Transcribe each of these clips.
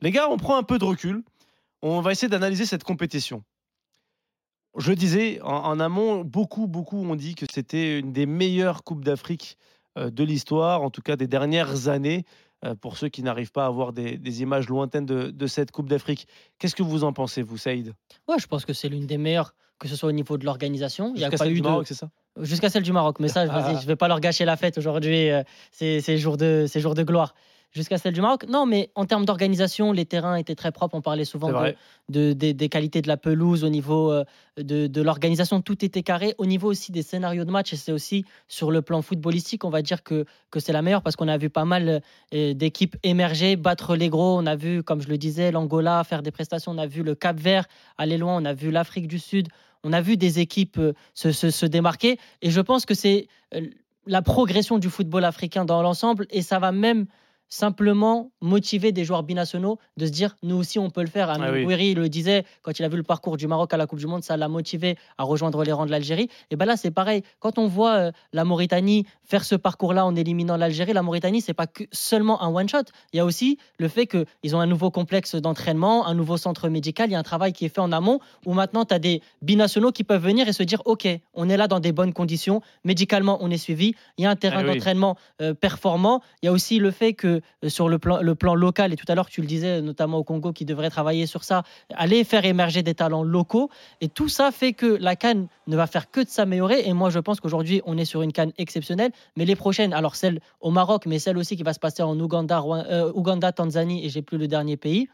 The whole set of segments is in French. Les gars, on prend un peu de recul. On va essayer d'analyser cette compétition. Je disais en, en amont, beaucoup, beaucoup ont dit que c'était une des meilleures Coupes d'Afrique euh, de l'histoire, en tout cas des dernières années, euh, pour ceux qui n'arrivent pas à avoir des, des images lointaines de, de cette Coupe d'Afrique. Qu'est-ce que vous en pensez, vous, Saïd Ouais, je pense que c'est l'une des meilleures, que ce soit au niveau de l'organisation. Il y a Jusqu'à pas celle eu du de. Maroc, c'est ça Jusqu'à celle du Maroc, mais ça, je ne vais pas leur gâcher la fête aujourd'hui. euh, C'est c'est jour, de- c'est jour de gloire. Jusqu'à celle du Maroc. Non, mais en termes d'organisation, les terrains étaient très propres. On parlait souvent C'est de, vrai. de- des, des qualités de la pelouse, au niveau euh, de, de l'organisation, tout était carré. Au niveau aussi des scénarios de match, et c'est aussi sur le plan footballistique, on va dire que, que c'est la meilleure parce qu'on a vu pas mal euh, d'équipes émerger, battre les gros. On a vu, comme je le disais, l'Angola faire des prestations. On a vu le Cap Vert aller loin. On a vu l'Afrique du Sud. On a vu des équipes euh, se, se- se démarquer. Et je pense que c'est euh, la progression du football africain dans l'ensemble. Et ça va même simplement motiver des joueurs binationaux de se dire nous aussi on peut le faire. Amin Ah oui. Gouiri le disait quand il a vu le parcours du Maroc à la Coupe du Monde, ça l'a motivé à rejoindre les rangs de l'Algérie. Et ben là c'est pareil. Quand on voit euh, la Mauritanie faire ce parcours-là en éliminant l'Algérie, la Mauritanie c'est pas que seulement un one shot. Il y a aussi le fait qu'ils ont un nouveau complexe d'entraînement, un nouveau centre médical. Il y a un travail qui est fait en amont où maintenant tu as des binationaux qui peuvent venir et se dire ok on est là dans des bonnes conditions, médicalement on est suivi, il y a un terrain Ah oui. d'entraînement euh, performant. Il y a aussi le fait que euh, sur le plan, le plan local, et tout à l'heure tu le disais, notamment au Congo, qui devrait travailler sur ça, aller faire émerger des talents locaux. Et tout ça fait que la Cannes ne va faire que de s'améliorer. Et moi, je pense qu'aujourd'hui, on est sur une Cannes exceptionnelle. Mais les prochaines, alors celle au Maroc, mais celle aussi qui va se passer en Ouganda, Rouen- euh, Ouganda Tanzanie, et j'ai plus le dernier pays,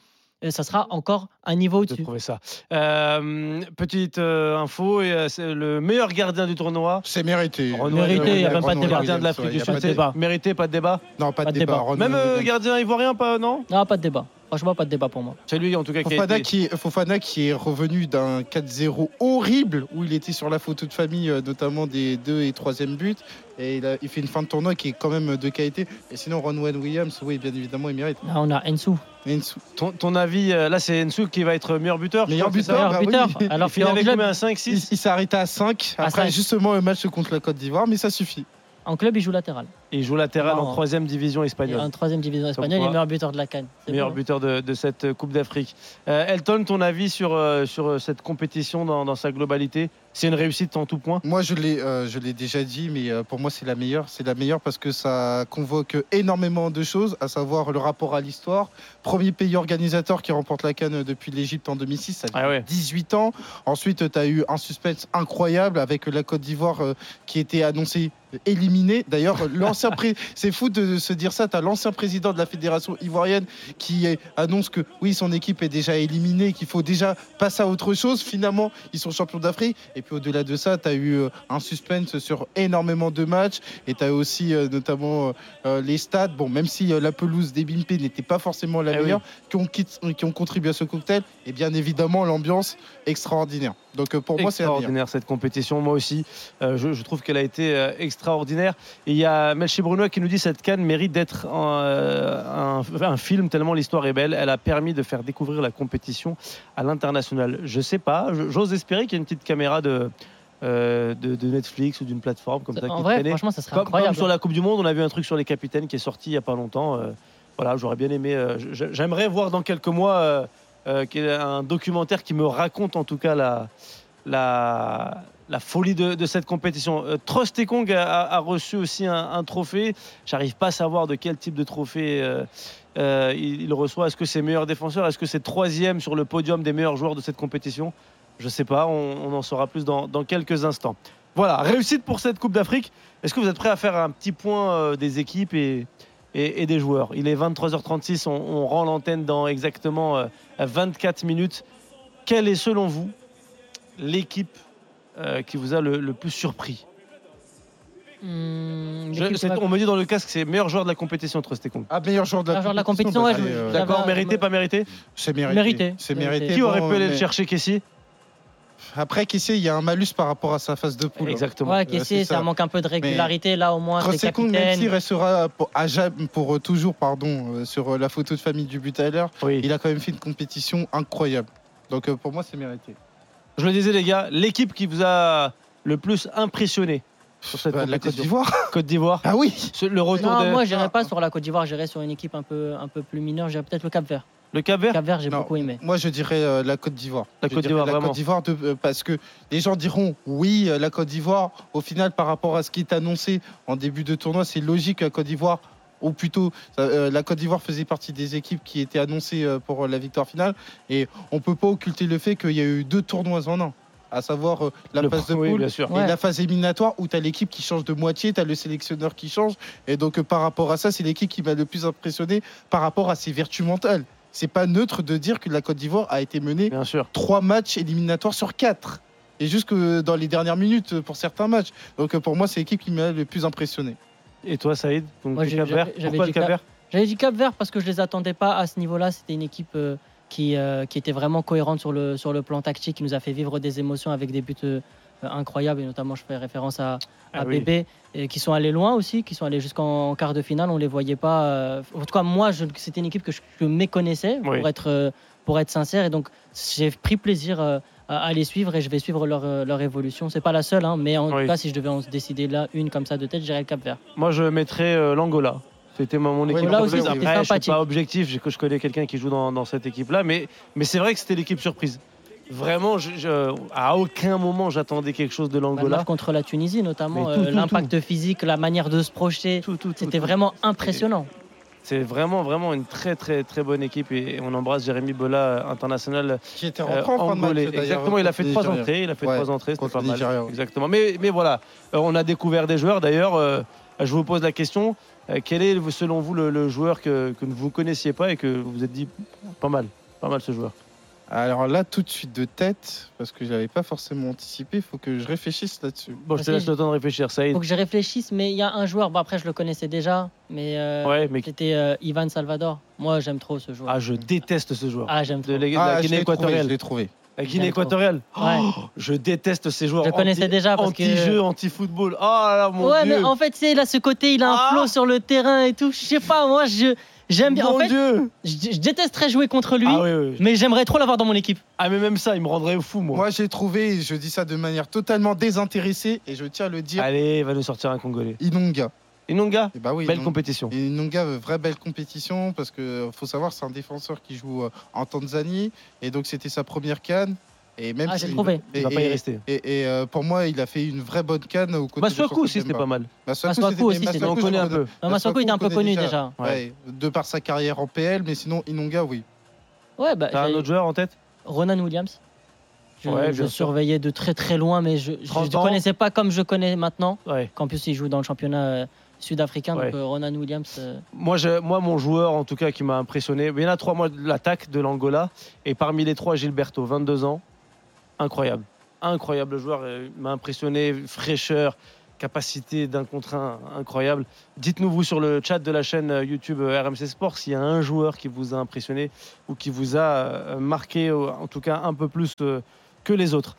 euh, ça sera encore un niveau de au-dessus. trouver ça. Euh, petite euh, info, et, euh, c'est le meilleur gardien du tournoi. C'est mérité. Renaud Mérité, Williams. y a même pas de Renaud débat. Gardien Williams, de l'Afrique ouais, du y a pas Sud, de c'est débat. pas- mérité, pas de débat. Non, pas Pas de de débat. débat. Renaud Même euh, Williams. gardien ivoirien, pas non Non, pas de débat. Franchement, pas de débat pour moi. C'est lui en tout cas qui a Fofana été- qui, est, Fofana qui est revenu d'un 4-0 horrible où il était sur la photo de famille, euh, notamment des 2 et 3 buts. Et il, a- il fait une fin de tournoi qui est quand même euh, de qualité. Et sinon, Ronwen Williams, oui, bien évidemment, il mérite. Là, on a Ensou, Mais Nsou- ton, ton avis, euh, là c'est Nsou qui va être meilleur buteur. je Meilleur crois que c'est buteur, ça. meilleur bah oui. buteur. Alors Il finit qu'en avec club, combien Il, 5-6 il s'est arrêté à 5 À après cinq. justement un match contre la Côte d'Ivoire, mais ça suffit. en club, il joue latéral. Et il joue latéral Non. en 3 division Et en espagnole. troisième division espagnole, quoi. et meilleur buteur de la Cannes. C'est Meilleur bon. buteur de, de cette Coupe d'Afrique. Euh, Elton, ton avis sur, euh, sur euh, cette compétition dans, dans sa globalité C'est une réussite en tout point Moi, je l'ai, euh, je l'ai déjà dit, mais euh, pour moi, c'est la meilleure. C'est la meilleure parce que ça convoque énormément de choses, à savoir le rapport à l'histoire. Premier pays organisateur qui remporte la Cannes depuis l'Égypte en 2006, ça fait Ah ouais. 18 ans. Ensuite, tu as eu un suspense incroyable avec la Côte d'Ivoire euh, qui était annoncée éliminée. D'ailleurs, euh, l'ancien pré... c'est fou de se dire ça. Tu as l'ancien président de la fédération ivoirienne qui est- annonce que oui, son équipe est déjà éliminée, qu'il faut déjà passer à autre chose. Finalement, ils sont champions d'Afrique. Et puis au-delà de ça, tu as eu euh, un suspense sur énormément de matchs. Et tu as aussi euh, notamment euh, euh, les stades. Bon, même si euh, la pelouse des Bimpe n'était pas forcément la Eh oui. meilleure, qui, ont, quitté- qui ont contribué à ce cocktail. Et bien évidemment, l'ambiance extraordinaire. Donc euh, pour moi, c'est la meilleure. extraordinaire cette compétition. Moi aussi, euh, je, je trouve qu'elle a été euh, extraordinaire. Et il y a Melchi Bruno qui nous dit cette canne mérite d'être en, euh, un, un film tellement l'histoire est belle. Elle a permis de faire découvrir la compétition à l'international. Je sais pas, je- j'ose espérer qu'il y ait une petite caméra de, euh, de, de Netflix ou d'une plateforme comme ça En qui vrai, traînait. franchement, ça serait Comme, comme incroyable. sur la Coupe du Monde, on a vu un truc sur les capitaines qui est sorti il n'y a pas longtemps. Euh, voilà, j'aurais bien aimé. euh, j- j- J'aimerais voir dans quelques mois euh, euh, qu'il y ait un documentaire qui me raconte en tout cas la, la, la folie de, de cette compétition. Euh, Trostekong a, a- a reçu aussi un, un trophée. J'arrive pas à savoir de quel type de trophée euh, euh, il, il reçoit. Est-ce que c'est meilleur défenseur Est-ce que c'est troisième sur le podium des meilleurs joueurs de cette compétition Je sais pas. On, on en saura plus dans, dans quelques instants. Voilà, réussite pour cette Coupe d'Afrique. Est-ce que vous êtes prêts à faire un petit point euh, des équipes et, et- et des joueurs Il est 23h36, on, on rend l'antenne dans exactement euh, 24 minutes. Quelle est selon vous l'équipe euh, qui vous a le, le plus surpris Hum, Je- l'équipe c'est- va- On me dit dans le casque c'est meilleur joueur de la compétition, Trostekong. Ah, meilleur joueur de la, Meilleur joueur de la compétition, bah, ouais, c'est, je- euh, Là-bas, D'accord, mérité, moi- pas mérité C'est mérité. Mérité. C'est Mérité. mérité. Qui aurait Bon, pu aller mais le chercher, Kessie Après, Kessié, il y a un malus par rapport à sa phase de poule. Exactement. Ouais, c'est Kessié, ça ça. manque un peu de régularité. Là, au moins, c'est Trostekong, même s'il capitaine. restera pour, à jamais- pour, euh, toujours pardon, euh, sur euh, la photo de famille du but à l'heure, Oui. il a quand même fait une compétition incroyable. Donc euh, pour moi, c'est mérité. Je le disais, les gars, l'équipe qui vous a le plus impressionné sur cette Bah, la Côte compétition d'Ivoire Côte d'Ivoire. Ah oui Ce- Le retour Non, de. Ah. moi, j'irais pas sur la Côte d'Ivoire, j'irais sur une équipe un peu, un peu plus mineure. J'irais peut-être le Cap Vert. Le Cap Vert Cap Vert, j'ai Non. beaucoup aimé. Moi, je dirais euh, la Côte d'Ivoire. La Je Côte dirais d'Ivoire, la vraiment. Côte d'Ivoire, de- euh, parce que les gens diront oui, euh, la Côte d'Ivoire. Au final, par rapport à ce qui est annoncé en début de tournoi, c'est logique que la Côte d'Ivoire, ou plutôt euh, la Côte d'Ivoire faisait partie des équipes qui étaient annoncées euh, pour euh, la victoire finale. Et on peut pas occulter le fait qu'il y a eu deux tournois en un, à savoir euh, la Le- phase de oui, poule bien sûr. et Ouais. la phase éliminatoire où tu as l'équipe qui change de moitié, tu as le sélectionneur qui change. Et donc, euh, par rapport à ça, c'est l'équipe qui m'a le plus impressionné par rapport à ses vertus mentales. C'est pas neutre de dire que la Côte d'Ivoire a été menée Bien sûr. trois matchs éliminatoires sur quatre. Et jusque euh, dans les dernières minutes euh, pour certains matchs. Donc, euh, pour moi, c'est l'équipe qui m'a le plus impressionné. Et toi, Saïd Donc, Moi, le j'ai- Cap Vert. j'avais- j'avais Pourquoi dit le Cap Cap- Vert J'avais dit Cap Vert parce que je les attendais pas à ce niveau-là. C'était une équipe euh, qui, euh, qui était vraiment cohérente sur le, sur le plan tactique, qui nous a fait vivre des émotions avec des buts euh, incroyables. Et notamment, je fais référence à, à Ah oui. Bébé, et qui sont allés loin aussi, qui sont allés jusqu'en quart de finale. On les voyait pas. euh, en tout cas, moi, je- c'était une équipe que je, je méconnaissais, pour, Oui. être, euh, pour être sincère. Et donc, j'ai pris plaisir. euh, à à les suivre et je vais suivre leur, euh, leur évolution. C'est pas la seule, hein, mais en Oui. tout cas, si je devais en décider là une comme ça de tête, j'irais le Cap Vert. Moi, je mettrais euh, l'Angola. C'était mon, mon Oui, équipe. l'Angola anglaise. aussi, c'était Après, je suis sympathique. pas objectif, je, je connais quelqu'un qui joue dans, dans cette équipe-là, mais, mais c'est vrai que c'était l'équipe surprise. Vraiment, je- je- à aucun moment j'attendais quelque chose de Bah, l'Angola. match contre la Tunisie notamment, Mais tout, euh, tout, l'impact physique, la manière de se projeter, Tout, tout, tout, c'était tout. vraiment impressionnant. C'est vraiment, vraiment une très, très, très bonne équipe et on embrasse Jérémy Bola, euh, international Qui était euh, rentré en fin de match. angolais. d'ailleurs, Exactement, il a fait contre trois les Nigériens. entrées, il a fait Ouais, trois entrées, c'était contre pas les mal. Nigériens, ouais. Exactement. Mais, mais voilà, euh, on a découvert des joueurs. D'ailleurs, euh, je vous pose la question euh, quel est selon vous le, le joueur que, que vous ne connaissiez pas et que vous vous êtes dit pas mal, pas mal ce joueur Alors là, tout de suite de tête, parce que je l'avais pas forcément anticipé, il faut que je réfléchisse là-dessus. Bon, je te Vas-y. laisse le temps de réfléchir, Saïd. Faut que je réfléchisse, mais il y a un joueur, bah après je le connaissais déjà, mais euh, Ouais, mais c'était euh, Ivan Salvador. Moi j'aime trop ce joueur. ah, je déteste ce joueur. Ah, j'aime De la, trop. de la Ah, je Guinée l'ai trouvé, je équatoriale. l'ai trouvé. La Guinée J'aime trop. équatoriale. Ouais. Oh, je déteste ces joueurs. Je le connaissais Anti- déjà parce Anti-jeu, que. anti-football. Oh là là, mon ouais, dieu. mais en fait, c'est là ce côté, il a un Ah. flow sur le terrain et tout. Je sais pas, moi je j'aime bien. Mon en fait, dieu. je, je détesterais jouer contre lui, Ah, oui, oui. mais j'aimerais trop l'avoir dans mon équipe. Bah, Ah, mais même ça, il me rendrait fou, moi. Moi, j'ai trouvé, et je dis ça de manière totalement désintéressée, et je tiens à le dire, Allez, va nous sortir un Congolais. Inonga. Inonga, Et bah oui, belle Inonga. compétition. Et Nunga, euh, vraie belle compétition, parce que euh, faut savoir, c'est un défenseur qui joue euh, en Tanzanie, et donc c'était sa première canne. Et même Ah, si- j'ai trouvé. Il Et, va pas y et- rester. et- et, euh, pour moi, il a fait une vraie bonne canne au côté Bah, de Swaku Soko aussi, c'était Demba. pas mal. Masuaku, Masuaku c'était- aussi, mais c'était- Masuaku, on je connaît un reconnais- peu. Non, Bah, Masuaku, il est un peu Swaku, on connu connaît déjà. déjà. Ouais. Ouais, de par sa carrière en PL, mais sinon Inonga, oui. Ouais, bah, T'as un j'ai- autre joueur en tête Ronan Williams. Je, Ouais, bien je sûr. surveillais de très très loin, mais je ne 30 ans. connaissais pas comme je connais maintenant. Ouais. Qu'en plus, il joue dans le championnat euh, sud-africain, Ouais. donc euh, Ronan Williams. euh, Moi, je- moi, mon joueur, en tout cas, qui m'a impressionné, il y en a trois, moi, de l'attaque de l'Angola. Et parmi les trois, Gilberto, 22 ans. Incroyable. Incroyable joueur. euh, Il m'a impressionné. Fraîcheur, capacité d'un contre un, incroyable. Dites-nous, vous, sur le chat de la chaîne euh, YouTube euh, RMC Sport, s'il y a un joueur qui vous a impressionné ou qui vous a euh, marqué, euh, en tout cas, un peu plus euh, que les autres.